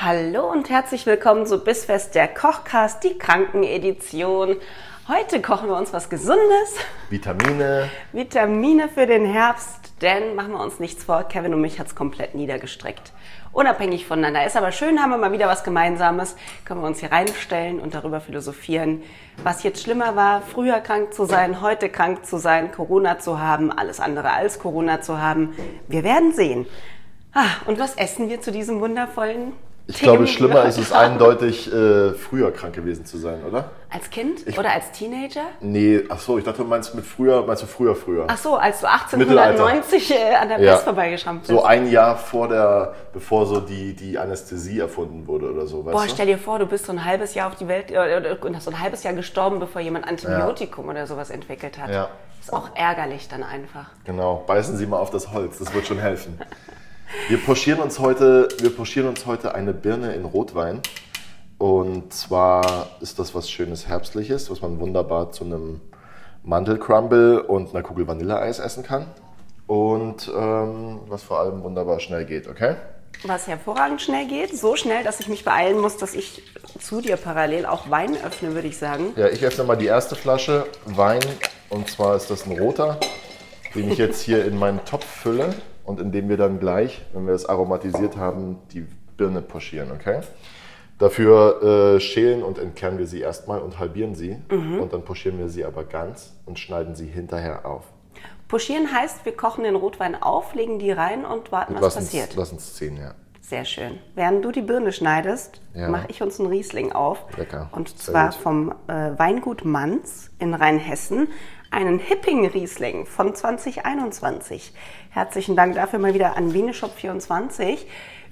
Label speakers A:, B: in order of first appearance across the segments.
A: Hallo und herzlich willkommen zu Bissfest der Kochcast, die Krankenedition. Heute kochen wir uns was Gesundes,
B: Vitamine.
A: Vitamine für den Herbst, denn machen wir uns nichts vor, Kevin und mich hat es komplett niedergestreckt. Unabhängig voneinander. Ist aber schön, haben wir mal wieder was Gemeinsames, können wir uns hier reinstellen und darüber philosophieren, was jetzt schlimmer war, früher krank zu sein, heute krank zu sein, Corona zu haben, alles andere als Corona zu haben. Wir werden sehen. Ah, und was essen wir zu diesem wundervollen
B: Ich
A: Themen,
B: glaube,
A: die wir
B: schlimmer
A: heute
B: ist es
A: haben?
B: eindeutig, äh, früher krank gewesen zu sein, oder?
A: Als Kind oder als Teenager?
B: Nee, ach so, ich dachte, du meinst mit früher, meinst du früher, früher?
A: Ach so, als du
B: Mittelalter.
A: 1890 äh, an der
B: Ja.
A: Pest vorbeigeschrammt bist.
B: So ein Jahr vor der, bevor so die, die Anästhesie erfunden wurde oder so, weißt
A: Boah,
B: du?
A: stell dir vor, du bist so ein halbes Jahr auf die Welt äh, oder- und hast so ein halbes Jahr gestorben, bevor jemand Antibiotikum oder sowas entwickelt hat.
B: Ja.
A: Ist auch ärgerlich dann einfach.
B: Genau, beißen Sie mal auf das Holz, das wird schon helfen. Wir pochieren uns heute, wir pochieren uns heute eine Birne in Rotwein. Und zwar ist das was schönes Herbstliches, was man wunderbar zu einem Mandelcrumble und einer Kugel Vanilleeis essen kann. Und ähm, was vor allem wunderbar schnell geht, okay?
A: Was hervorragend schnell geht, so schnell, dass ich mich beeilen muss, dass ich zu dir parallel auch Wein öffne, würde ich sagen.
B: Ja, ich öffne mal die erste Flasche Wein. Und zwar ist das ein roter, den ich jetzt hier in meinen Topf fülle und in dem wir dann gleich, wenn wir das aromatisiert haben, die Birne pochieren, okay? Dafür äh, schälen und entkernen wir sie erstmal und halbieren sie.
A: Mhm.
B: Und dann pochieren wir sie aber ganz und schneiden sie hinterher auf.
A: Pochieren heißt, wir kochen den Rotwein auf, legen die rein und warten, was
B: lass
A: passiert.
B: Uns, lass uns ziehen, ja.
A: Sehr schön. Während du die Birne schneidest,
B: Ja.
A: mache ich uns einen Riesling auf.
B: Lecker.
A: Und
B: Sehr
A: zwar
B: gut.
A: vom äh, Weingut Manz in Rheinhessen. Einen Hipping-Riesling von 2021. Herzlichen Dank dafür mal wieder an Wieneshop24.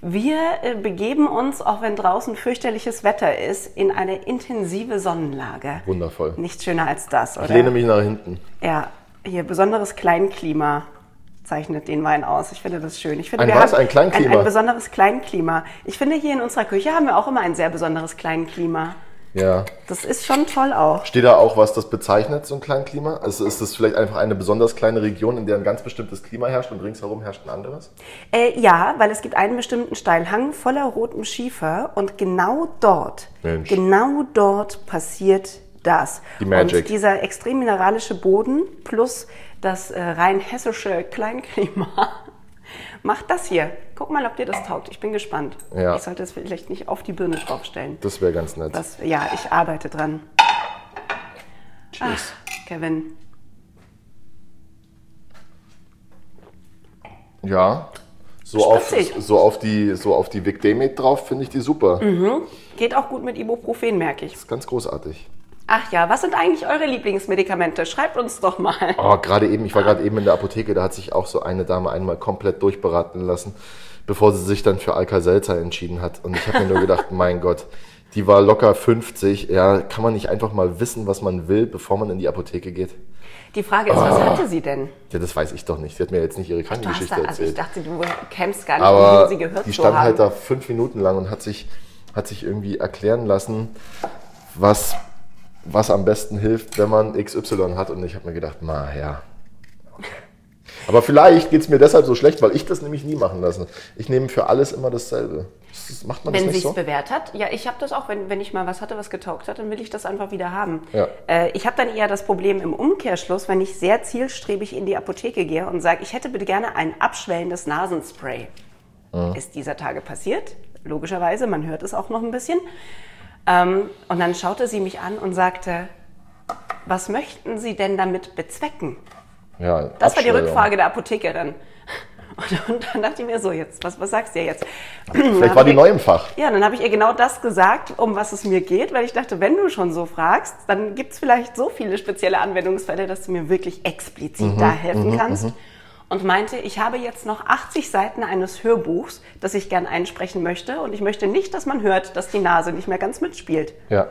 A: Wir äh, begeben uns, auch wenn draußen fürchterliches Wetter ist, in eine intensive Sonnenlage.
B: Wundervoll.
A: Nichts schöner als das,
B: Ich
A: oder?
B: lehne mich nach hinten.
A: Ja, hier besonderes Kleinklima zeichnet den Wein aus. Ich finde das schön. Ich finde,
B: Ein
A: wir
B: was?
A: haben
B: Ein Kleinklima?
A: Ein, ein besonderes Kleinklima. Ich finde, hier in unserer Küche haben wir auch immer ein sehr besonderes Kleinklima.
B: Ja.
A: Das ist schon toll auch.
B: Steht da auch, was das bezeichnet, so ein kleines Klima? Also ist das vielleicht einfach eine besonders kleine Region, in der ein ganz bestimmtes Klima herrscht und ringsherum herrscht ein anderes?
A: Äh, ja, weil es gibt einen bestimmten Steilhang voller rotem Schiefer und genau dort,
B: Mensch.
A: genau dort passiert das.
B: Die Magic.
A: Und dieser extrem mineralische Boden plus das äh, rein hessische Kleinklima macht das hier. Guck mal, ob dir das taugt. Ich bin gespannt.
B: Ja.
A: Ich sollte es vielleicht nicht auf die Birne draufstellen.
B: Das wäre ganz nett.
A: Das, ja, ich arbeite dran.
B: Tschüss.
A: Kevin,
B: Ja. So auf,
A: Spritzig.
B: so auf die, so auf die Vicdemet drauf finde ich die super.
A: geht auch gut mit Ibuprofen, merke ich.
B: Das ist ganz großartig.
A: Ach ja, was sind eigentlich eure Lieblingsmedikamente? Schreibt uns doch mal.
B: Oh, gerade eben, ich war gerade eben in der Apotheke, da hat sich auch so eine Dame einmal komplett durchberaten lassen, bevor sie sich dann für Alka-Seltzer entschieden hat. Und ich habe mir nur gedacht, mein Gott, die war locker 50. Ja, kann man nicht einfach mal wissen, was man will, bevor man in die Apotheke geht?
A: Die Frage ist,
B: Ah.
A: was hatte sie denn?
B: Ja, das weiß ich doch nicht. Sie hat mir jetzt nicht ihre
A: Du hast
B: Krankengeschichte
A: da, also ich
B: erzählt.
A: dachte, du kämpfst gar nicht,
B: Aber
A: um sie gehört
B: die
A: zu
B: stand
A: haben.
B: halt da fünf Minuten lang und hat sich, hat sich irgendwie erklären lassen, was, was am besten hilft, wenn man XY hat. Und ich habe mir gedacht, na ja. Aber vielleicht geht es mir deshalb so schlecht, weil ich das nämlich nie machen lasse. Ich nehme für alles immer dasselbe. Das macht man
A: wenn
B: das
A: sie
B: nicht
A: es
B: so?
A: bewährt hat, ja, ich habe das auch, wenn, wenn ich mal was hatte, was getaugt hat, dann will ich das einfach wieder haben.
B: Ja.
A: Äh, ich habe dann eher das Problem im Umkehrschluss, wenn ich sehr zielstrebig in die Apotheke gehe und sage, ich hätte bitte gerne ein abschwellendes Nasenspray.
B: Mhm.
A: Ist dieser Tage passiert, logischerweise, man hört es auch noch ein bisschen. Ähm, und dann schaute sie mich an und sagte, was möchten Sie denn damit bezwecken?
B: Ja,
A: Das war die
B: Abschwellung.
A: Rückfrage der Apothekerin. Und, und dann dachte ich mir so jetzt, was, was sagst du ihr jetzt? Dann
B: Vielleicht
A: hab
B: war die
A: ich-
B: neu im Fach.
A: Ja, dann habe ich ihr genau das gesagt, um was es mir geht, weil ich dachte, wenn du schon so fragst, dann
B: Mhm,
A: gibt es vielleicht so viele spezielle Anwendungsfälle, dass du mir wirklich explizit da helfen kannst. und meinte, ich habe jetzt noch 80 Seiten eines Hörbuchs, das ich gern einsprechen möchte und ich möchte nicht, dass man hört, dass die Nase nicht mehr ganz mitspielt.
B: Ja.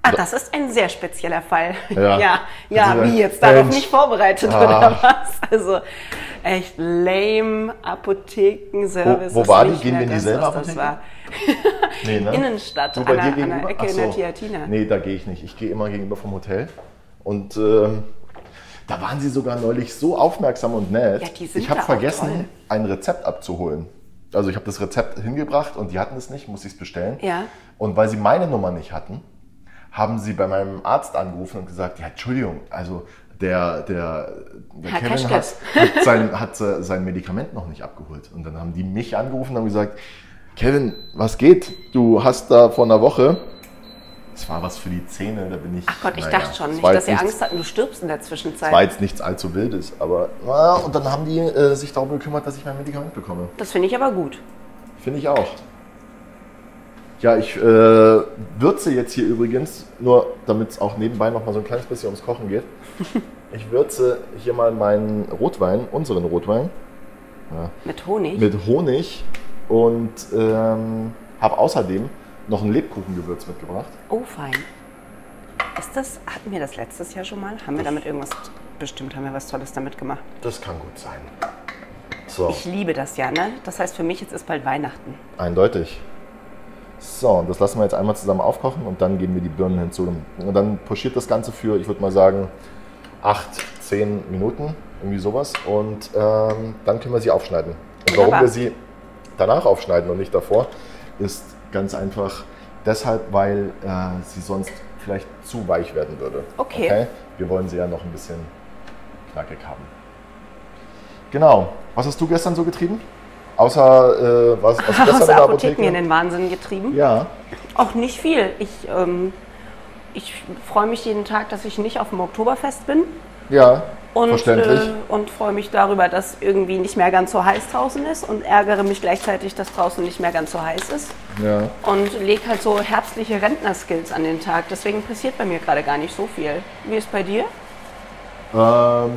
A: Ah, das ist ein sehr spezieller Fall.
B: Ja.
A: ja, ja,
B: Also,
A: wie jetzt darauf
B: Mensch. Ah.
A: nicht vorbereitet oder was? Also echt lame Apothekenservice.
B: Wo- wo
A: ist
B: war die?
A: nicht
B: Gehen
A: mehr
B: wir in
A: das,
B: dieselbe
A: was das
B: Apotheke?
A: war.
B: Nee, ne?
A: Innenstadt,
B: Du, bei
A: an
B: dir
A: der- an der
B: gegenüber?
A: Ecke
B: Ach
A: in der
B: so.
A: Tiatina.
B: Nee, da gehe ich nicht. Ich gehe immer gegenüber vom Hotel. Und ähm, da waren sie sogar neulich so aufmerksam und nett.
A: Ja, die sind
B: ich habe
A: da auch
B: vergessen,
A: toll.
B: ein Rezept abzuholen. Also ich habe das Rezept hingebracht und die hatten es nicht, muss ich es bestellen.
A: Ja.
B: Und weil sie meine Nummer nicht hatten, haben sie bei meinem Arzt angerufen und gesagt, ja, Entschuldigung, also der, der, der
A: Herr
B: Kevin
A: Keschke.
B: hat, hat, sein, hat äh, sein Medikament noch nicht abgeholt. Und dann haben die mich angerufen und haben gesagt, Kevin, was geht? Du hast da vor einer Woche, es war was für die Zähne, da bin ich...
A: Ach Gott, ich
B: naja,
A: dachte schon
B: es
A: nicht,
B: war
A: dass
B: jetzt
A: ihr
B: nichts-
A: Angst hatten, du stirbst in der Zwischenzeit.
B: Es war jetzt nichts allzu wildes, aber... Na, und dann haben die äh, sich darum gekümmert, dass ich mein Medikament bekomme.
A: Das finde ich aber gut.
B: Finde ich auch. Ja, ich äh, würze jetzt hier übrigens, nur damit es auch nebenbei noch mal so ein kleines bisschen ums Kochen geht. Ich würze hier mal meinen Rotwein, unseren Rotwein,
A: Mit Honig.
B: mit Honig und ähm, habe außerdem noch ein Lebkuchengewürz mitgebracht.
A: oh, fein. Ist das, hatten wir das letztes Jahr schon mal? Haben wir damit irgendwas, bestimmt haben wir was Tolles damit gemacht.
B: Das kann gut sein. So,
A: Ich liebe das ja, ne? Das heißt für mich, jetzt ist bald Weihnachten.
B: eindeutig. So, und das lassen wir jetzt einmal zusammen aufkochen und dann geben wir die Birnen hinzu. Und dann pochiert das Ganze für, ich würde mal sagen, 8, 10 Minuten, irgendwie sowas. Und ähm, dann können wir sie aufschneiden. Und warum
A: Wunderbar.
B: wir sie danach aufschneiden und nicht davor, ist ganz einfach deshalb, weil äh, sie sonst vielleicht zu weich werden würde.
A: Okay.
B: Wir wollen sie ja noch ein bisschen knackig haben. Genau. Was hast du gestern so getrieben? Außer äh, was, was gestern
A: Aus
B: in der
A: Apotheken
B: Apotheke?
A: in den Wahnsinn getrieben.
B: ja.
A: Auch nicht viel. Ich, ähm, ich freue mich jeden Tag, dass ich nicht auf dem Oktoberfest bin.
B: Ja,
A: Und,
B: verständlich.
A: äh, und freue mich darüber, dass irgendwie nicht mehr ganz so heiß draußen ist und ärgere mich gleichzeitig, dass draußen nicht mehr ganz so heiß ist.
B: ja.
A: Und lege halt so herbstliche Rentner-Skills an den Tag. Deswegen passiert bei mir gerade gar nicht so viel. Wie ist bei dir?
B: Ähm,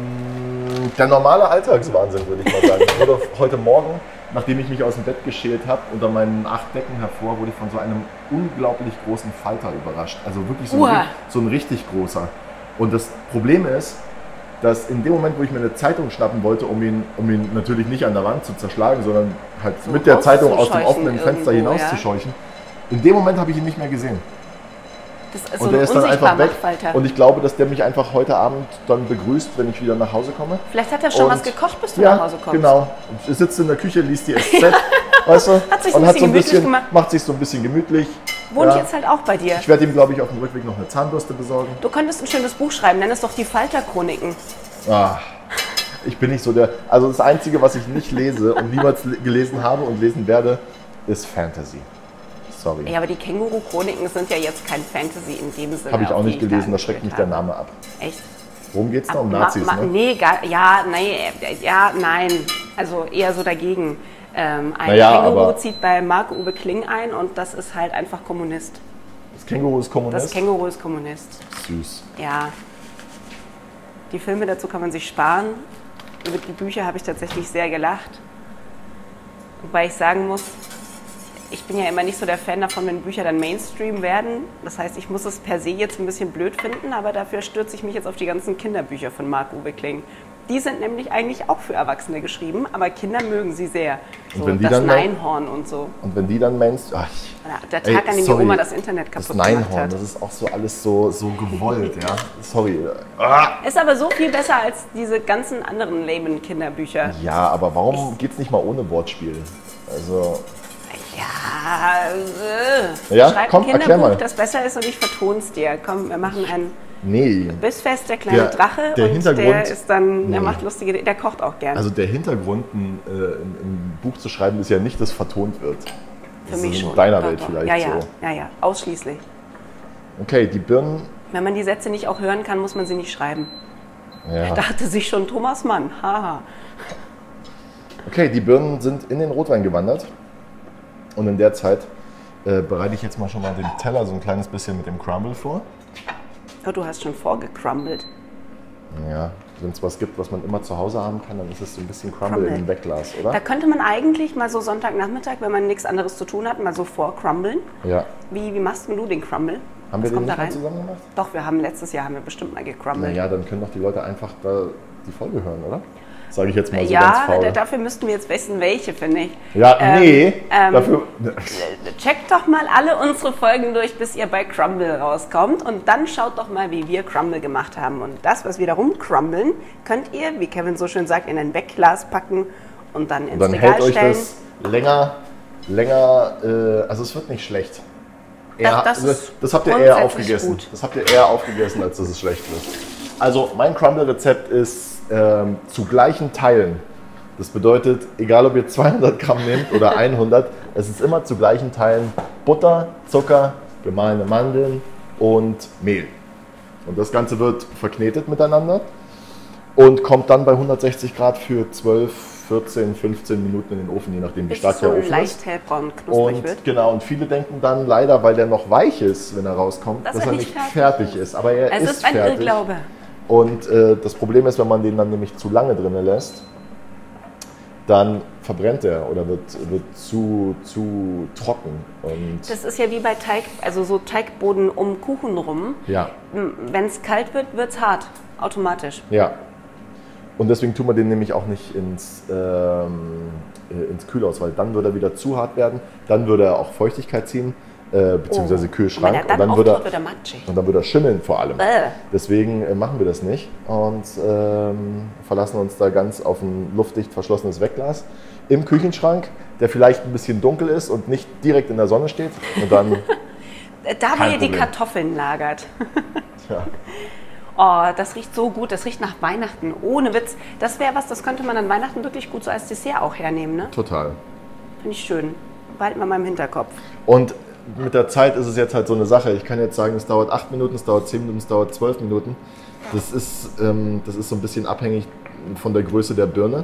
B: der normale Alltagswahnsinn, würde ich mal sagen. Ich wurde heute Morgen, nachdem ich mich aus dem Bett geschält habe, unter meinen acht Decken hervor, wurde ich von so einem unglaublich großen Falter überrascht. Also wirklich so, ein,
A: Uah.
B: ri- so ein richtig großer. Und das Problem ist, dass in dem Moment, wo ich mir eine Zeitung schnappen wollte, um ihn, um ihn natürlich nicht an der Wand zu zerschlagen, sondern halt
A: So
B: mit der Zeitung aus dem
A: rauszuscheuchen
B: offenen Fenster
A: irgendwo,
B: hinauszuscheuchen, in dem Moment habe ich ihn nicht mehr gesehen.
A: Das ist so
B: Und
A: ein
B: der ist dann einfach weg.
A: Unsichtbar-Machfalter.
B: Und ich glaube, dass der mich einfach heute Abend dann begrüßt, wenn ich wieder nach Hause komme.
A: Vielleicht hat er schon
B: Und-
A: was gekocht, bis du nach Hause kommst.
B: genau. Und sitzt in der Küche, liest die SZ, weißt du?
A: Hat sich ein
B: und hat
A: bisschen
B: so ein bisschen,
A: gemütlich gemacht.
B: macht sich so ein bisschen gemütlich.
A: Wohnt
B: Ja.
A: jetzt halt auch bei dir.
B: Ich werde ihm, glaube ich, auf dem Rückweg noch eine Zahnbürste besorgen.
A: Du könntest ein schönes Buch schreiben, nenn es doch die Falterchroniken.
B: Ah, ich bin nicht so der. Also das Einzige, was ich nicht lese und niemals le- gelesen habe und lesen werde, ist Fantasy. Sorry.
A: Ja, aber die Känguru-Chroniken sind ja jetzt kein Fantasy in dem Sinne.
B: habe ich
A: genau, auf
B: auch
A: die
B: nicht
A: da
B: gelesen, da schreckt mich der
A: angespielt
B: Name ab.
A: habe. Echt?
B: Worum geht's da? Um
A: Ma-
B: Nazis,
A: ma-
B: ne?
A: Nee, gar, ja, nee, äh, ja, nein. Also eher so dagegen. Ähm, ein
B: Naja,
A: Känguru
B: aber-
A: zieht bei Marc-Uwe Kling ein und das ist halt einfach Kommunist.
B: Das Känguru ist Kommunist.
A: Das Känguru ist Kommunist.
B: Süß.
A: Ja. Die Filme dazu kann man sich sparen. Über die Bücher habe ich tatsächlich sehr gelacht. Wobei ich sagen muss, ich bin ja immer nicht so der Fan davon, wenn Bücher dann Mainstream werden. Das heißt, ich muss es per se jetzt ein bisschen blöd finden, aber dafür stürze ich mich jetzt auf die ganzen Kinderbücher von Marc-Uwe Kling. Die sind nämlich eigentlich auch für Erwachsene geschrieben, aber Kinder mögen sie sehr. So
B: wenn die
A: das
B: dann mal-
A: Neinhorn und so.
B: Und wenn die dann meinst, ach,
A: Der
B: ey,
A: Tag, an dem die
B: sorry,
A: Oma das Internet kaputt
B: das
A: gemacht
B: Neinhorn,
A: hat.
B: das ist auch so alles so, so gewollt, ja. Sorry. Ah.
A: Ist aber so viel besser als diese ganzen anderen lamen Kinderbücher.
B: Ja, aber warum geht's nicht mal ohne Wortspiel? Also,
A: Ja, äh.
B: Ja,
A: schreib
B: komm,
A: ein
B: erklär mal.
A: Kinderbuch, das besser ist und ich verton's dir. Komm, wir machen ein
B: nee.
A: Bissfest, der kleine
B: Der-
A: Drache
B: der
A: und
B: Hintergrund-
A: der ist dann, der
B: Nee.
A: macht lustige, der kocht auch gern.
B: Also der Hintergrund, ein, äh, ein, ein Buch zu schreiben, ist ja nicht, dass vertont wird.
A: Für mich
B: ist in
A: schon.
B: deiner
A: Doch,
B: Welt
A: doch.
B: vielleicht
A: ja, ja,
B: so.
A: Ja, ja, ausschließlich.
B: Okay, die Birnen.
A: Wenn man die Sätze nicht auch hören kann, muss man sie nicht schreiben.
B: Ja.
A: Dachte sich schon Thomas Mann, haha.
B: Okay, die Birnen sind in den Rotwein gewandert. Und in der Zeit äh, bereite ich jetzt mal schon mal den Teller so ein kleines bisschen mit dem Crumble vor.
A: Oh, du hast schon vorgecrumbled.
B: Ja, Wenn es was gibt, was man immer zu Hause haben kann, dann ist es so ein bisschen Crumble,
A: Crumble.
B: im Wegglas,
A: Da
B: oder?
A: könnte man eigentlich mal so Sonntagnachmittag, wenn man nichts anderes zu tun hat, mal so vorcrumblen.
B: Ja.
A: Wie, wie machst denn du den Crumble? Was
B: Haben wir den
A: kommt da
B: nicht mal
A: rein?
B: zusammen gemacht?
A: Doch, wir haben letztes Jahr haben wir bestimmt mal gecrumbled.
B: Naja, dann können doch die Leute einfach da die Folge hören, oder? Sage ich jetzt mal so Also ganz
A: ja,
B: faul.
A: da- dafür müssten wir jetzt wissen, welche, finde ich.
B: ja,
A: Ähm,
B: nee,
A: ähm,
B: dafür,
A: Checkt doch mal alle unsere Folgen durch, bis ihr bei Crumble rauskommt. Und dann schaut doch mal, wie wir Crumble gemacht haben. Und das, was wir da rumcrumblen, könnt ihr, wie Kevin so schön sagt, in ein Wegglas packen und dann ins
B: dann
A: Regal
B: hält euch
A: stellen.
B: das länger, länger, äh, also es wird nicht schlecht. Eher-
A: das ist
B: das habt ihr eher
A: grundsätzlich
B: aufgegessen.
A: gut.
B: Das habt ihr eher aufgegessen, als dass es schlecht wird. Also mein Crumble-Rezept ist ähm, zu gleichen Teilen. Das bedeutet, egal ob ihr 200 Gramm nehmt oder 100, es ist immer zu gleichen Teilen Butter, Zucker, gemahlene Mandeln und Mehl. Und das Ganze wird verknetet miteinander und kommt dann bei 160 Grad für 12, 14, 15 Minuten in den Ofen, je nachdem wie
A: bis
B: stark
A: es so
B: der Ofen
A: leicht
B: ist.
A: hellbraun und knusprig
B: Und
A: wird.
B: genau, und viele denken dann leider, weil der noch weich ist, wenn er rauskommt, dass, er nicht fertig ist. Aber er
A: Es
B: ist,
A: ist, ein
B: fertig.
A: Irrglaube.
B: Und äh, das Problem ist, wenn man den dann nämlich zu lange drinnen lässt, dann verbrennt er oder wird, wird zu, zu trocken. Und
A: Das ist ja wie bei Teig, also so Teigboden um Kuchen rum.
B: ja,
A: Wenn es kalt wird, wird es hart. Automatisch.
B: ja. Und deswegen tun wir den nämlich auch nicht ins, ähm, äh, ins Kühlhaus, weil dann würde er wieder zu hart werden, dann würde er auch Feuchtigkeit ziehen, äh, beziehungsweise
A: Oh. Wenn er
B: Kühlschrank.
A: dann,
B: Und dann,
A: auftritt,
B: würde er,
A: wird er matschig.
B: und dann würde er schimmeln vor allem.
A: Bäh.
B: Deswegen äh, machen wir das nicht und ähm, verlassen uns da ganz auf ein luftdicht verschlossenes Wegglas im Küchenschrank, der vielleicht ein bisschen dunkel ist und nicht direkt in der Sonne steht. Und dann,
A: Äh, Da, wo
B: Kein
A: ihr die
B: Problem.
A: Kartoffeln lagert.
B: ja,
A: Oh, das riecht so gut. Das riecht nach Weihnachten. Ohne Witz. Das wäre was, das könnte man an Weihnachten wirklich gut so als Dessert auch hernehmen. Ne?
B: total.
A: Finde ich schön. Bald mal in meinem Hinterkopf.
B: Und mit der Zeit ist es jetzt halt so eine Sache. Ich kann jetzt sagen, es dauert acht Minuten, es dauert zehn Minuten, es dauert zwölf Minuten. Das ist, ähm, das ist so ein bisschen abhängig von der Größe der Birne.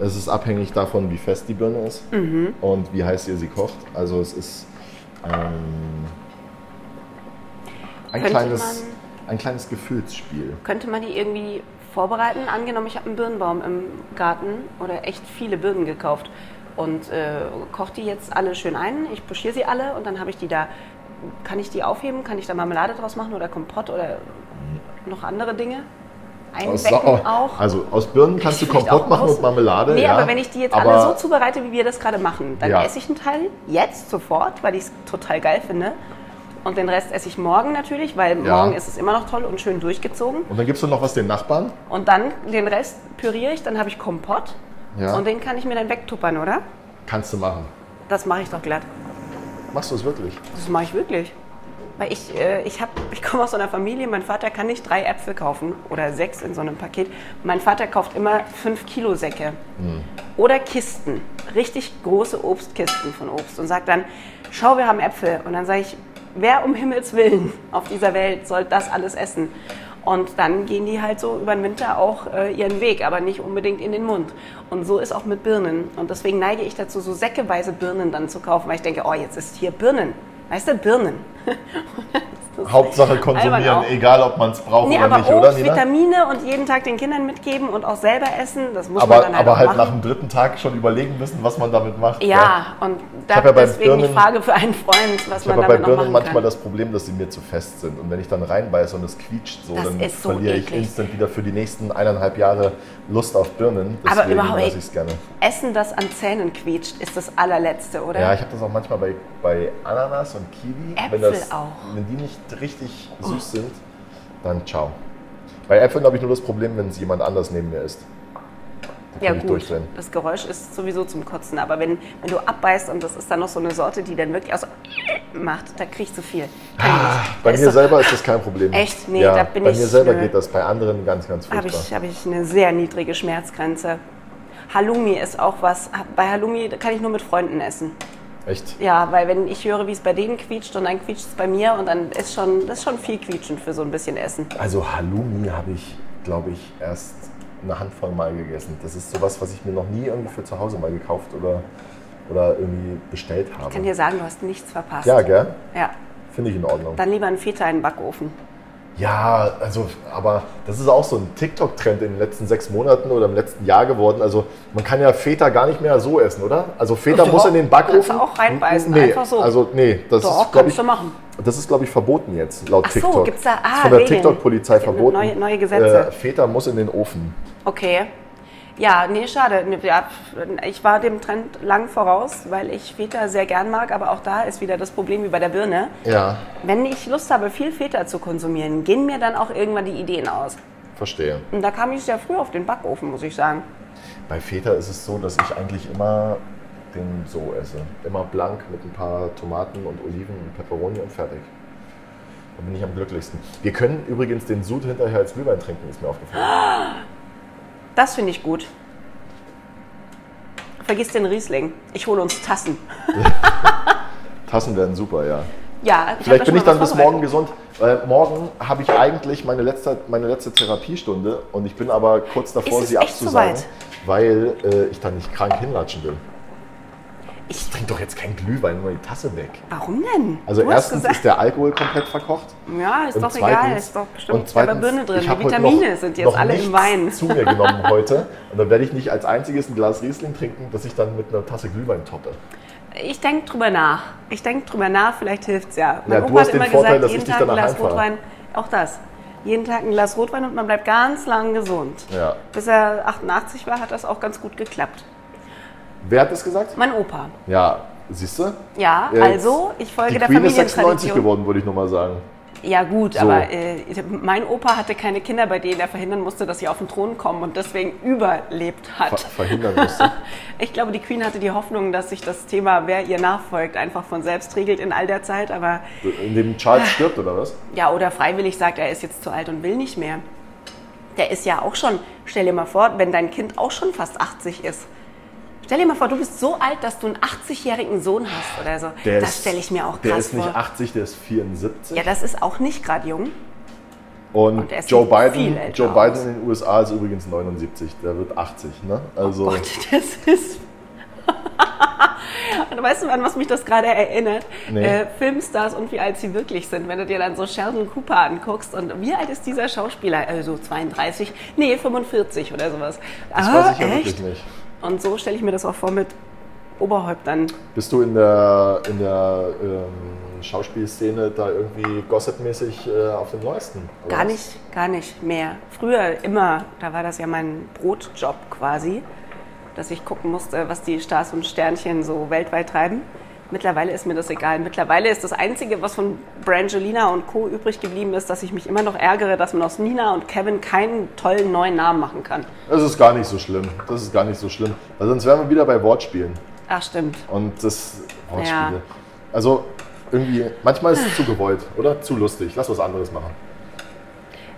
B: Es ist abhängig davon, wie fest die Birne ist
A: Mhm.
B: und wie heiß ihr sie kocht. Also es ist ähm, ein,
A: Könnte
B: kleines, ein kleines Gefühlsspiel.
A: Könnte man die irgendwie vorbereiten? Angenommen, ich habe einen Birnbaum im Garten oder echt viele Birnen gekauft und äh, koche die jetzt alle schön ein. Ich pochiere sie alle und dann habe ich die da. Kann ich die aufheben? Kann ich da Marmelade draus machen oder Kompott oder noch andere Dinge?
B: Aus
A: Einbecken
B: Sau-
A: auch?
B: Also aus Birnen kannst du
A: Ist vielleicht auch
B: Kompott machen
A: groß.
B: und Marmelade.
A: Nee,
B: ja.
A: aber wenn ich die jetzt
B: Aber
A: alle so zubereite, wie wir das gerade machen, dann
B: Ja.
A: esse ich einen Teil jetzt sofort, weil ich es total geil finde. Und den Rest esse ich morgen natürlich, weil
B: Ja.
A: morgen ist es immer noch toll und schön durchgezogen.
B: Und dann gibst du noch was den Nachbarn.
A: Und dann den Rest püriere ich, dann habe ich Kompott.
B: Ja.
A: Und den kann ich mir dann wegtuppern, oder?
B: Kannst du machen.
A: Das mache ich doch glatt.
B: Machst du es wirklich?
A: Das mache ich wirklich. Weil ich, äh, ich, hab- ich komme aus so einer Familie, mein Vater kann nicht drei Äpfel kaufen oder sechs in so einem Paket. Mein Vater kauft immer fünf Kilo Säcke oder Kisten, richtig große Obstkisten von Obst und sagt dann, schau, wir haben Äpfel. Und dann sage ich, wer um Himmels Willen auf dieser Welt soll das alles essen? Und dann gehen die halt so über den Winter auch äh, ihren Weg, aber nicht unbedingt in den Mund. Und so ist auch mit Birnen. Und deswegen neige ich dazu, so säckeweise Birnen dann zu kaufen, weil ich denke, oh, jetzt ist hier Birnen. Weißt du, Birnen.
B: Hauptsache
A: Albern
B: konsumieren,
A: auch.
B: egal ob man es braucht
A: Nee,
B: oder
A: aber
B: nicht, oder
A: Obst,
B: Nina?
A: Vitamine und jeden Tag den Kindern mitgeben und auch selber essen, das muss man
B: Aber,
A: dann halt
B: aber
A: auch
B: halt
A: machen.
B: nach dem dritten Tag schon überlegen müssen, was man damit macht.
A: Ja, und da,
B: hab ja bei
A: deswegen die
B: Birnen-
A: Frage für einen Freund, was
B: Ich
A: man
B: habe bei
A: damit noch
B: Birnen
A: machen
B: manchmal
A: kann.
B: das Problem, dass sie mir zu fest sind. Und wenn ich dann reinbeiße und es quietscht so,
A: Das
B: dann
A: ist so
B: verliere ich
A: eklig.
B: instant wieder für die nächsten eineinhalb Jahre Lust auf Birnen.
A: Aber
B: Deswegen
A: überhaupt-
B: lasse ich es gerne.
A: Essen, das an Zähnen quietscht, ist das allerletzte, oder?
B: Ja, ich habe das auch manchmal bei, bei Ananas und Kiwi.
A: ne? Äpfel
B: wenn, das,
A: auch. Oh.
B: wenn die nicht richtig süß sind, dann ciao. Bei Äpfeln habe ich nur das Problem, wenn es jemand anders neben mir ist. Da
A: Ja,
B: kann ich
A: gut.
B: durchdrehen.
A: Das Geräusch ist sowieso zum Kotzen. Aber wenn, wenn du abbeißt und das ist dann noch so eine Sorte, die dann wirklich auch so macht, da kriegst du viel. Kann ich nicht.
B: Ah, Bei
A: Ist
B: mir
A: doch-
B: selber ist das kein Problem.
A: Echt? Nee, da bin
B: bei
A: ich-
B: Bei mir selber
A: nö.
B: geht das, bei anderen ganz, ganz
A: habe
B: furchtbar.
A: ich, hab ich eine sehr niedrige Schmerzgrenze. Halloumi ist auch was. Bei Halloumi kann ich nur mit Freunden essen.
B: Echt?
A: Ja, weil wenn ich höre, wie es bei denen quietscht und dann quietscht es bei mir und dann ist schon, das ist schon viel quietschend für so ein bisschen Essen.
B: Also Halloumi habe ich, glaube ich, erst eine Handvoll Mal gegessen. Das ist sowas, was ich mir noch nie irgendwie für zu Hause mal gekauft oder, oder irgendwie bestellt habe.
A: Ich kann dir sagen, du hast nichts verpasst.
B: ja, gell?
A: Ja,
B: Finde ich in Ordnung.
A: dann lieber ein Feta in den Backofen.
B: Ja, also, aber das ist auch so ein TikTok-Trend in den letzten sechs Monaten oder im letzten Jahr geworden. Also, man kann ja Feta gar nicht mehr so essen, oder? Also, Feta
A: Doch,
B: muss in den Backofen.
A: kannst du auch reinbeißen,
B: nee,
A: einfach so.
B: Also, nee, das
A: Doch,
B: ist, glaube
A: kannst
B: ich,
A: du machen.
B: das ist, glaube ich, verboten jetzt, laut
A: Ach so,
B: TikTok.
A: gibt's da-
B: Das ist
A: ah,
B: von der
A: Regeln.
B: TikTok-Polizei
A: Gibt
B: verboten.
A: neue- neue Gesetze.
B: Äh, Feta muss in den Ofen.
A: Okay. Ja, nee, schade. Nee, ja, Ich war dem Trend lang voraus, weil ich Feta sehr gern mag, aber auch da ist wieder das Problem wie bei der Birne.
B: Ja,
A: Wenn ich Lust habe, viel Feta zu konsumieren, gehen mir dann auch irgendwann die Ideen aus.
B: verstehe.
A: Und da kam ich sehr früh auf den Backofen, muss ich sagen.
B: Bei Feta ist es so, dass ich eigentlich immer den so esse. Immer blank mit ein paar Tomaten und Oliven und Peperoni und fertig. Da bin ich am glücklichsten. Wir können übrigens den Sud hinterher als Glühwein trinken, ist mir aufgefallen.
A: Das finde ich gut. Vergiss den Riesling. Ich hole uns Tassen.
B: Tassen werden super, ja.
A: Ja, ich hab da
B: Vielleicht
A: schon
B: bin ich
A: mal
B: dann
A: was
B: bis morgen
A: vorbereitet.
B: gesund. Weil morgen habe ich eigentlich meine letzte, meine letzte Therapiestunde und ich bin aber kurz davor,
A: Ist es
B: sie
A: echt so
B: abzusagen,
A: weit?
B: weil äh, ich dann nicht krank hinlatschen will.
A: Ich,
B: Trink doch jetzt keinen Glühwein, nur die Tasse weg.
A: warum denn?
B: Also
A: Du hast
B: erstens
A: gesagt-
B: ist der Alkohol komplett verkocht.
A: Ja, Ah, ist
B: Und
A: doch egal. Ist doch bestimmt
B: und zweitens,
A: aber Birne drin.
B: ich hab
A: Die
B: heute
A: Vitamine
B: noch,
A: sind jetzt
B: noch
A: alle
B: nichts
A: im Wein.
B: zu mir genommen heute. Und dann werde ich nicht als einziges ein Glas Riesling trinken, dass ich dann mit einer Tasse Glühwein toppe.
A: Ich denke drüber nach. Ich denke drüber nach, vielleicht hilft es ja.
B: Ja, du hast den Vorteil, dass ich dich danach heimfahre.
A: Rotwein. Auch das. Jeden Tag ein Glas Rotwein und man bleibt ganz lang gesund.
B: Ja.
A: Bis er 88 war, hat das auch ganz gut geklappt.
B: Wer hat das gesagt?
A: Mein Opa.
B: Ja, siehst du?
A: Ja,
B: Jetzt,
A: also ich folge
B: Die
A: der
B: Queen ist 96
A: Familientradition.
B: geworden, würde ich nochmal sagen.
A: Ja gut, aber äh, mein Opa hatte keine Kinder, bei denen er verhindern musste, dass sie auf den Thron kommen und deswegen überlebt
B: Ver
A: hat.
B: verhindern musste.
A: Ich glaube, die Queen hatte die Hoffnung, dass sich das Thema, wer ihr nachfolgt, einfach von selbst regelt in all der Zeit. Aber
B: Indem
A: Ah.
B: Charles stirbt, oder was?
A: ja, oder freiwillig sagt, er ist jetzt zu alt und will nicht mehr. Der ist ja auch schon, stell dir mal vor, wenn dein Kind auch schon fast 80 ist. Stell dir mal vor, du bist so alt, dass du einen 80-jährigen Sohn hast oder so. das
B: ist-
A: stelle ich mir auch krass
B: Der ist nicht
A: vor.
B: 80, der ist 74.
A: Ja, das ist auch nicht gerade jung.
B: Und,
A: Und er ist
B: Joe
A: nicht viel
B: Biden,
A: älter
B: Joe
A: aus.
B: Biden in den USA ist übrigens 79, der wird 80, ne? Also
A: Oh Gott, das ist. Und weißt du, an was mich das gerade erinnert?
B: Nee.
A: Äh, Filmstars und wie alt sie wirklich sind. Wenn du dir dann so Sheldon Cooper anguckst und wie alt ist dieser Schauspieler? Also 32? Nee, 45 oder sowas. Ah,
B: das weiß ich ja wirklich nicht.
A: Und so stelle ich mir das auch vor mit Oberhäuptern.
B: Bist du in der, in der ähm, Schauspielszene da irgendwie gossipmäßig äh, auf dem Neuesten? oder
A: Gar
B: was?
A: nicht, gar nicht mehr. Früher immer, da war das ja mein Brotjob quasi, dass ich gucken musste, was die Stars und Sternchen so weltweit treiben. Mittlerweile ist mir das egal. Mittlerweile ist das Einzige, was von Brangelina und Co. übrig geblieben ist, dass ich mich immer noch ärgere, dass man aus Nina und Kevin keinen tollen neuen Namen machen kann.
B: Das ist gar nicht so schlimm. Das ist gar nicht so schlimm. Weil sonst wären wir wieder bei Wortspielen.
A: Ach, stimmt.
B: Und das Wortspiele.
A: Ja.
B: Also irgendwie, manchmal ist es zu gewollt oder zu lustig. Lass was anderes machen.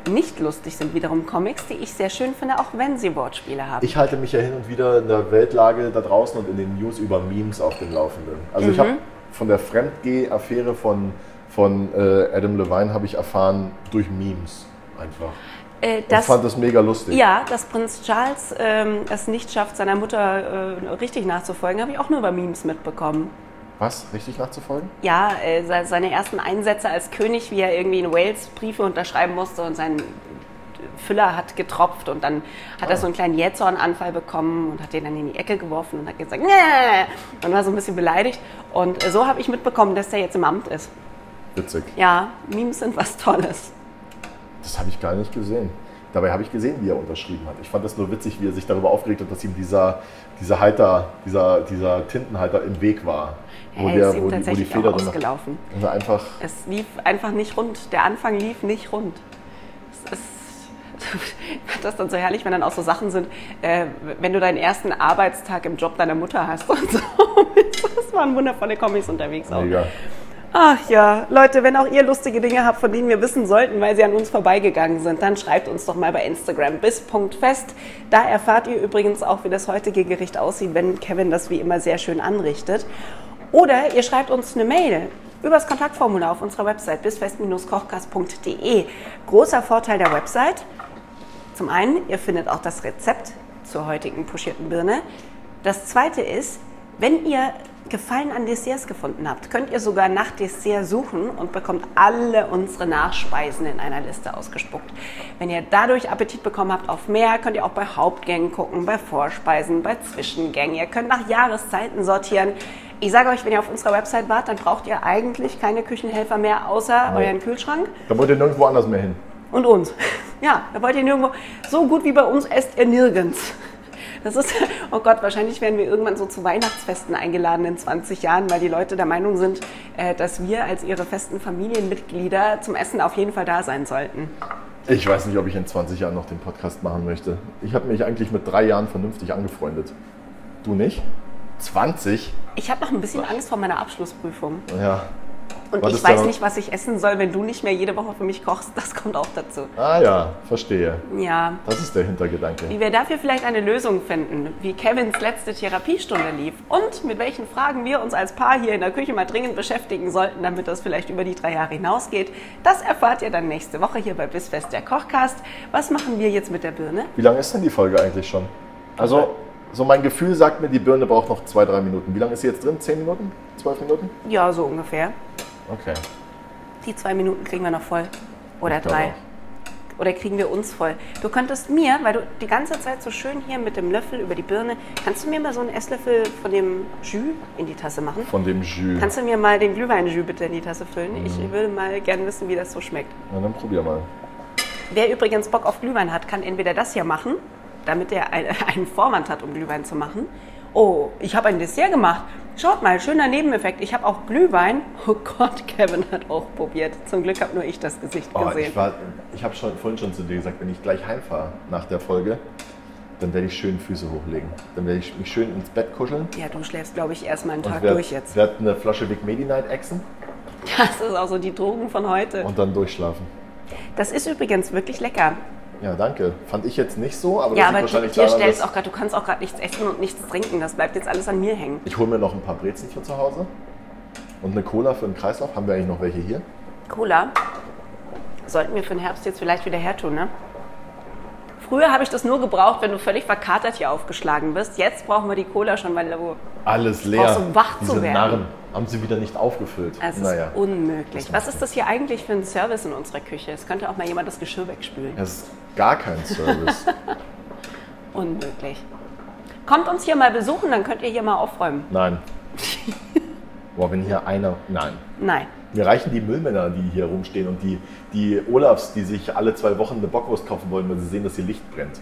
A: Nicht lustig sind wiederum Comics, die ich sehr schön finde, auch wenn sie Wortspiele haben.
B: Ich halte mich ja hin und wieder in der Weltlage da draußen und in den News über Memes auf dem Laufenden. Also ich
A: Mhm.
B: habe von der Fremdgeh-Affäre von, von äh, Adam Levine habe ich erfahren durch Memes einfach.
A: äh,
B: Ich fand das mega lustig.
A: Ja, dass Prinz Charles ähm, es nicht schafft, seiner Mutter äh, richtig nachzufolgen, habe ich auch nur über Memes mitbekommen.
B: Was? Richtig nachzufolgen?
A: Ja, äh, se- seine ersten Einsätze als König, wie er irgendwie in Wales Briefe unterschreiben musste und sein Füller hat getropft und dann hat er so einen kleinen Jähzornanfall bekommen und hat den dann in die Ecke geworfen und hat gesagt, nee! und war so ein bisschen beleidigt. Und äh, so habe ich mitbekommen, dass der jetzt im Amt ist.
B: Witzig.
A: Ja, Memes sind was Tolles.
B: Das habe ich gar nicht gesehen. Dabei habe ich gesehen, wie er unterschrieben hat. Ich fand das nur witzig, wie er sich darüber aufgeregt hat, dass ihm dieser, dieser Halter, dieser, dieser Tintenhalter im Weg war.
A: er
B: der-
A: ist ihm tatsächlich auch
B: drin-
A: ausgelaufen.
B: Und er einfach.
A: Es lief einfach nicht rund. Der Anfang lief nicht rund. Es ist ich fand das dann so herrlich, wenn dann auch so Sachen sind, äh, wenn du deinen ersten Arbeitstag im Job deiner Mutter hast und so. Das waren wundervolle Comics unterwegs auch.
B: Mega.
A: Ach ja, Leute, wenn auch ihr lustige Dinge habt, von denen wir wissen sollten, weil sie an uns vorbeigegangen sind, dann schreibt uns doch mal bei Instagram bis Punkt fest. Da erfahrt ihr übrigens auch, wie das heutige Gericht aussieht, wenn Kevin das wie immer sehr schön anrichtet. Oder ihr schreibt uns eine Mail übers Kontaktformular auf unserer Website bisfest-kochkast.de. Großer Vorteil der Website, zum einen, ihr findet auch das Rezept zur heutigen puschierten Birne. Das zweite ist, wenn ihr Gefallen an Desserts gefunden habt, könnt ihr sogar nach Dessert suchen und bekommt alle unsere Nachspeisen in einer Liste ausgespuckt. Wenn ihr dadurch Appetit bekommen habt auf mehr, könnt ihr auch bei Hauptgängen gucken, bei Vorspeisen, bei Zwischengängen. Ihr könnt nach Jahreszeiten sortieren. Ich sage euch, wenn ihr auf unserer Website wart, dann braucht ihr eigentlich keine Küchenhelfer mehr, außer
B: Nee.
A: euren Kühlschrank
B: Da wollt ihr nirgendwo anders mehr hin.
A: und uns. Ja, da wollt ihr nirgendwo. So gut wie bei uns esst ihr nirgends. Das ist, oh Gott, wahrscheinlich werden wir irgendwann so zu Weihnachtsfesten eingeladen in 20 Jahren, weil die Leute der Meinung sind, äh, dass wir als ihre festen Familienmitglieder zum Essen auf jeden Fall da sein sollten.
B: Ich weiß nicht, ob ich in 20 Jahren noch den Podcast machen möchte. Ich habe mich eigentlich mit drei Jahren vernünftig angefreundet. Du nicht? 20?
A: Ich habe noch ein bisschen Angst vor meiner Abschlussprüfung.
B: Ja.
A: Und
B: Was
A: ich
B: ist da-
A: weiß nicht, was ich essen soll, wenn du nicht mehr jede Woche für mich kochst. Das kommt auch dazu.
B: Ah ja, verstehe.
A: Ja.
B: Das ist der Hintergedanke.
A: Wie wir dafür vielleicht eine Lösung finden, wie Kevins letzte Therapiestunde lief und mit welchen Fragen wir uns als Paar hier in der Küche mal dringend beschäftigen sollten, damit das vielleicht über die drei Jahre hinausgeht, das erfahrt ihr dann nächste Woche hier bei Bissfest der Kochcast. Was machen wir jetzt mit der Birne?
B: Wie lange ist denn die Folge eigentlich schon? Also, so mein Gefühl sagt mir, die Birne braucht noch zwei, drei Minuten. Wie lange ist sie jetzt drin? Zehn Minuten? Zwölf Minuten?
A: Ja, so ungefähr.
B: Okay.
A: Die zwei Minuten kriegen wir noch voll. Oder
B: Ich glaube
A: drei.
B: auch.
A: Oder kriegen wir uns voll. Du könntest mir, weil du die ganze Zeit so schön hier mit dem Löffel über die Birne, kannst du mir mal so einen Esslöffel von dem Jus in die Tasse machen?
B: Von dem Jus.
A: Kannst du mir mal den Glühweinjus bitte in die Tasse füllen? Ich würde mal gern wissen, wie das so schmeckt.
B: Na, dann probier mal.
A: Wer übrigens Bock auf Glühwein hat, kann entweder das hier machen, damit er ein- einen Vorwand hat, um Glühwein zu machen. Oh, ich habe ein Dessert gemacht. Schaut mal, schöner Nebeneffekt. Ich habe auch Glühwein. Oh Gott, Kevin hat auch probiert. Zum Glück habe nur ich das Gesicht
B: Oh,
A: gesehen.
B: ich war, ich habe schon vorhin schon zu dir gesagt, wenn ich gleich heimfahre nach der Folge, dann werde ich schön Füße hochlegen. Dann werde ich mich schön ins Bett kuscheln
A: ja, du schläfst, glaube ich, erst mal einen Tag
B: und werde
A: durch jetzt.
B: werd eine Flasche Big Medi Night exen
A: Das ist auch so die Drogen von heute.
B: und dann durchschlafen.
A: Das ist übrigens wirklich lecker.
B: Ja, danke. Fand ich jetzt nicht so, aber
A: Ja,
B: das
A: aber
B: liegt wahrscheinlich
A: dir
B: daran,
A: stellst
B: dass
A: auch gerade, du kannst auch gerade nichts essen und nichts trinken. Das bleibt jetzt alles an mir hängen.
B: ich hole mir noch ein paar Brezen für zu Hause und eine Cola für den Kreislauf. Haben wir eigentlich noch welche hier?
A: Cola sollten wir für den Herbst jetzt vielleicht wieder her tun, ne? Früher habe ich das nur gebraucht, wenn du völlig verkatert hier aufgeschlagen bist. Jetzt brauchen wir die Cola schon, weil du,
B: Alles leer.
A: brauchst, um wach zu
B: Diese
A: werden.
B: Narren haben sie wieder nicht aufgefüllt.
A: es
B: naja,
A: ist unmöglich.
B: Das macht
A: Was ist das hier eigentlich für ein Service in unserer Küche? Es könnte auch mal jemand das Geschirr wegspülen.
B: es ist gar kein Service.
A: Unmöglich. Kommt uns hier mal besuchen, dann könnt ihr hier mal aufräumen.
B: Nein. Boah, wenn hier einer. Nein.
A: Nein.
B: Mir reichen die Müllmänner, die hier rumstehen und die, die Olafs, die sich alle zwei Wochen eine Bockwurst kaufen wollen, wenn sie sehen, dass ihr Licht brennt.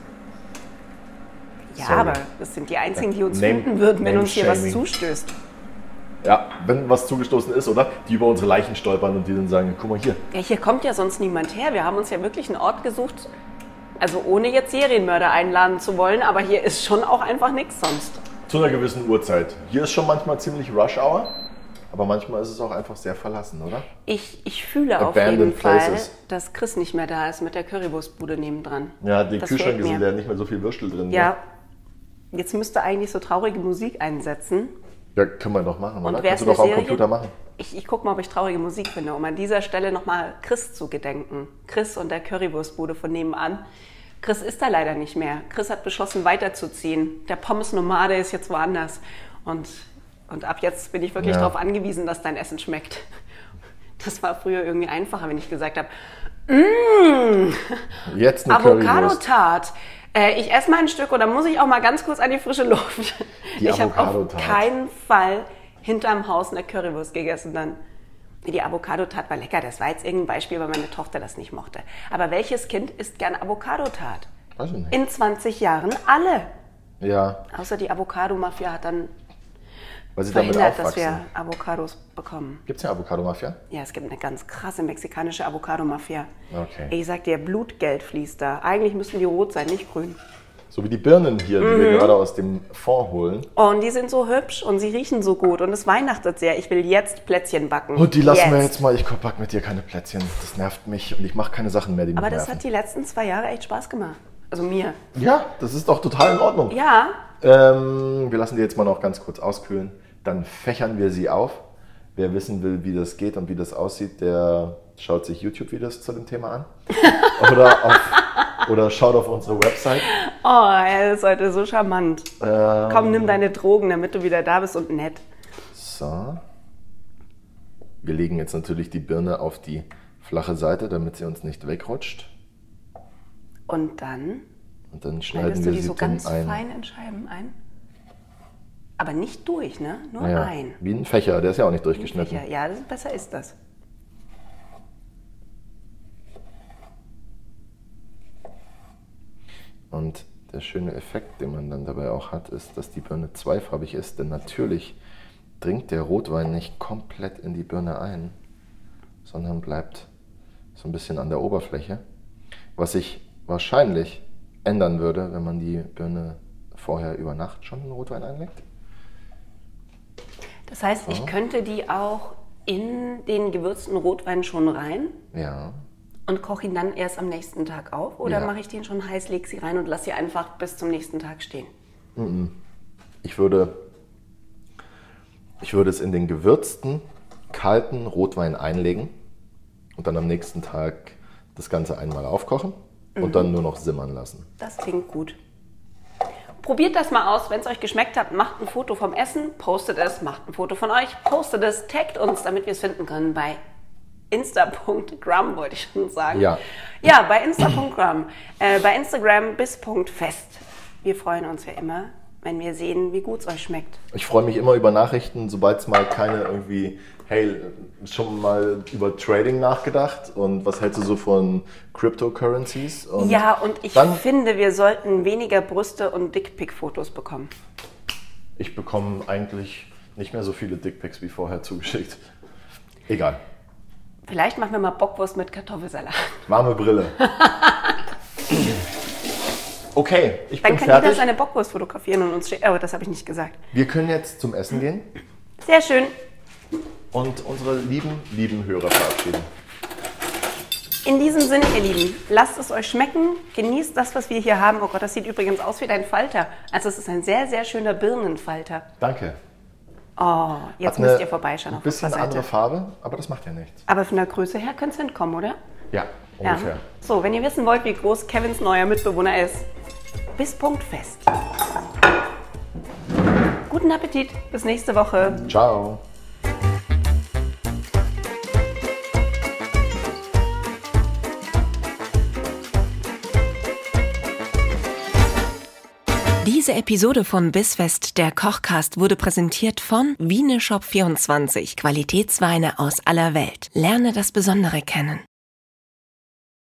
A: Ja,
B: Sorry.
A: aber das sind die einzigen, die uns
B: Name-
A: finden würden, wenn uns hier was
B: Name-shaming.
A: zustößt.
B: Ja, wenn was zugestoßen ist, oder? Die über unsere Leichen stolpern und die dann sagen, guck mal hier.
A: Ja, hier kommt ja sonst niemand her. Wir haben uns ja wirklich einen Ort gesucht, also ohne jetzt Serienmörder einladen zu wollen, aber hier ist schon auch einfach nichts sonst.
B: Zu einer gewissen Uhrzeit. Hier ist schon manchmal ziemlich Rush Hour, aber manchmal ist es auch einfach sehr verlassen, oder?
A: Ich, ich fühle auf
B: Abandoned
A: jeden Fall,
B: places.
A: dass Chris nicht mehr da ist mit der Currywurstbude nebendran.
B: Ja, die
A: Das
B: Kühlschränke
A: fehlt mir.
B: sind ja nicht mehr so viel Würstel drin. ne?
A: Ja. Jetzt müsste eigentlich so traurige Musik einsetzen.
B: Ja, können wir doch machen, oder?
A: wer
B: Kannst
A: ist
B: du doch
A: eine
B: am
A: Serie?
B: Computer machen.
A: Ich, ich gucke mal, ob ich traurige Musik finde, um an dieser Stelle nochmal Chris zu gedenken. Chris und der Currywurstbude von nebenan. Chris ist da leider nicht mehr. Chris hat beschlossen, weiterzuziehen. Der Pommes-Nomade ist jetzt woanders. Und, und ab jetzt bin ich wirklich
B: Ja.
A: darauf angewiesen, dass dein Essen schmeckt. Das war früher irgendwie einfacher, wenn ich gesagt habe,
B: Jetzt eine Currywurst.
A: Avocado-Tart. Äh, ich esse mal ein Stück oder muss ich auch mal ganz kurz an die frische Luft?
B: Die
A: ich habe auf
B: Avocado-Tart.
A: keinen Fall hinterm Haus eine Currywurst gegessen dann. Die Avocado-Tart war lecker. Das war jetzt irgendein Beispiel, weil meine Tochter das nicht mochte. Aber welches Kind isst gern Avocado-Tart?
B: Weiß ich nicht.
A: In 20 Jahren alle.
B: Ja,
A: Außer die Avocado-Mafia hat dann
B: weil sie damit
A: verhindert, dass
B: aufwachsen.
A: wir Avocados bekommen.
B: Gibt es ja Avocado-Mafia?
A: Ja, es gibt eine ganz krasse mexikanische Avocado-Mafia.
B: Okay.
A: Ich sag dir, Blutgeld fließt da. Eigentlich müssten die rot sein, nicht grün.
B: So wie die Birnen hier, die
A: Mhm.
B: wir gerade aus dem Fond holen.
A: Oh, und die sind so hübsch und sie riechen so gut und es weihnachtet sehr. Ich will jetzt Plätzchen backen.
B: Und die lassen wir jetzt mal. Ich back mit dir keine Plätzchen. Das nervt mich und ich mache keine Sachen mehr, die mich
A: Aber das
B: nerven.
A: hat die letzten zwei Jahre echt Spaß gemacht. Also mir.
B: ja, das ist doch total in Ordnung.
A: Ja,
B: Ähm, wir lassen die jetzt mal noch ganz kurz auskühlen. Dann fächern wir sie auf. Wer wissen will, wie das geht und wie das aussieht, der schaut sich YouTube-Videos zu dem Thema an. Oder, auf, oder schaut auf unsere Website.
A: oh, er ist heute so charmant.
B: Ähm,
A: Komm, nimm deine Drogen, damit du wieder da bist und nett.
B: So. Wir legen jetzt natürlich die Birne auf die flache Seite, damit sie uns nicht wegrutscht.
A: Und dann
B: Und dann schneiden
A: schneidest du
B: wir
A: die
B: sie
A: so
B: dünn
A: ganz
B: ein.
A: fein in Scheiben ein. Aber nicht durch, ne? Nur
B: Ja,
A: ein.
B: Wie ein Fächer, der ist ja auch nicht durchgeschnitten.
A: Ja, ja, das ist, besser ist das.
B: Und der schöne Effekt, den man dann dabei auch hat, ist, dass die Birne zweifarbig ist. Denn natürlich dringt der Rotwein nicht komplett in die Birne ein, sondern bleibt so ein bisschen an der Oberfläche. Was sich wahrscheinlich ändern würde, wenn man die Birne vorher über Nacht schon in Rotwein einlegt.
A: Das heißt,
B: Oh.
A: ich könnte die auch in den gewürzten Rotwein schon rein
B: Ja,
A: und koche ihn dann erst am nächsten Tag auf? Oder
B: Ja.
A: mache ich den schon heiß, lege sie rein und lasse sie einfach bis zum nächsten Tag stehen?
B: ich würde, ich würde es in den gewürzten, kalten Rotwein einlegen und dann am nächsten Tag das Ganze einmal aufkochen
A: Mhm.
B: und dann nur noch simmern lassen.
A: Das klingt gut. Probiert das mal aus, wenn es euch geschmeckt hat. Macht ein Foto vom Essen, postet es, macht ein Foto von euch, postet es, taggt uns, damit wir es finden können bei insta.gram, wollte ich schon sagen.
B: Ja.
A: Ja, bei insta.gram. Äh, bei Instagram bis Punkt fest. Wir freuen uns ja immer, wenn wir sehen, wie gut es euch schmeckt.
B: Ich freue mich immer über Nachrichten, sobald es mal keine irgendwie, hey, schon mal über Trading nachgedacht und was hältst du so von Cryptocurrencies? Und
A: ja, und ich
B: dann,
A: finde, wir sollten weniger Brüste und Dickpick-Fotos bekommen.
B: ich bekomme eigentlich nicht mehr so viele Dickpics wie vorher zugeschickt. Egal.
A: Vielleicht machen wir mal Bockwurst mit Kartoffelsalat.
B: Warme Brille. Okay, ich
A: Dann
B: bin
A: kann jeder
B: fertig.
A: seine Bockwurst fotografieren und uns schicken. Oh, das habe ich nicht gesagt.
B: Wir können jetzt zum Essen gehen
A: Sehr schön.
B: und unsere lieben, lieben Hörer verabschieden.
A: In diesem Sinne, ihr Lieben, lasst es euch schmecken, genießt das, was wir hier haben. Oh Gott, das sieht übrigens aus wie dein Falter. Also es ist ein sehr, sehr schöner Birnenfalter.
B: Danke.
A: Oh, jetzt
B: Hat
A: müsst
B: eine-
A: ihr vorbeischauen
B: Ein
A: auf unserer
B: bisschen
A: Seite.
B: andere Farbe, aber das macht ja nichts.
A: Aber von der Größe her könnte es hinkommen, oder?
B: Ja, ungefähr.
A: Ja. So, wenn ihr wissen wollt, wie groß Kevins neuer Mitbewohner ist, bis Punkt fest. Guten Appetit, bis nächste Woche.
B: Ciao.
C: Diese Episode von Bissfest, der Kochcast, wurde präsentiert von Wieneshop24. Qualitätsweine aus aller Welt. Lerne das Besondere kennen.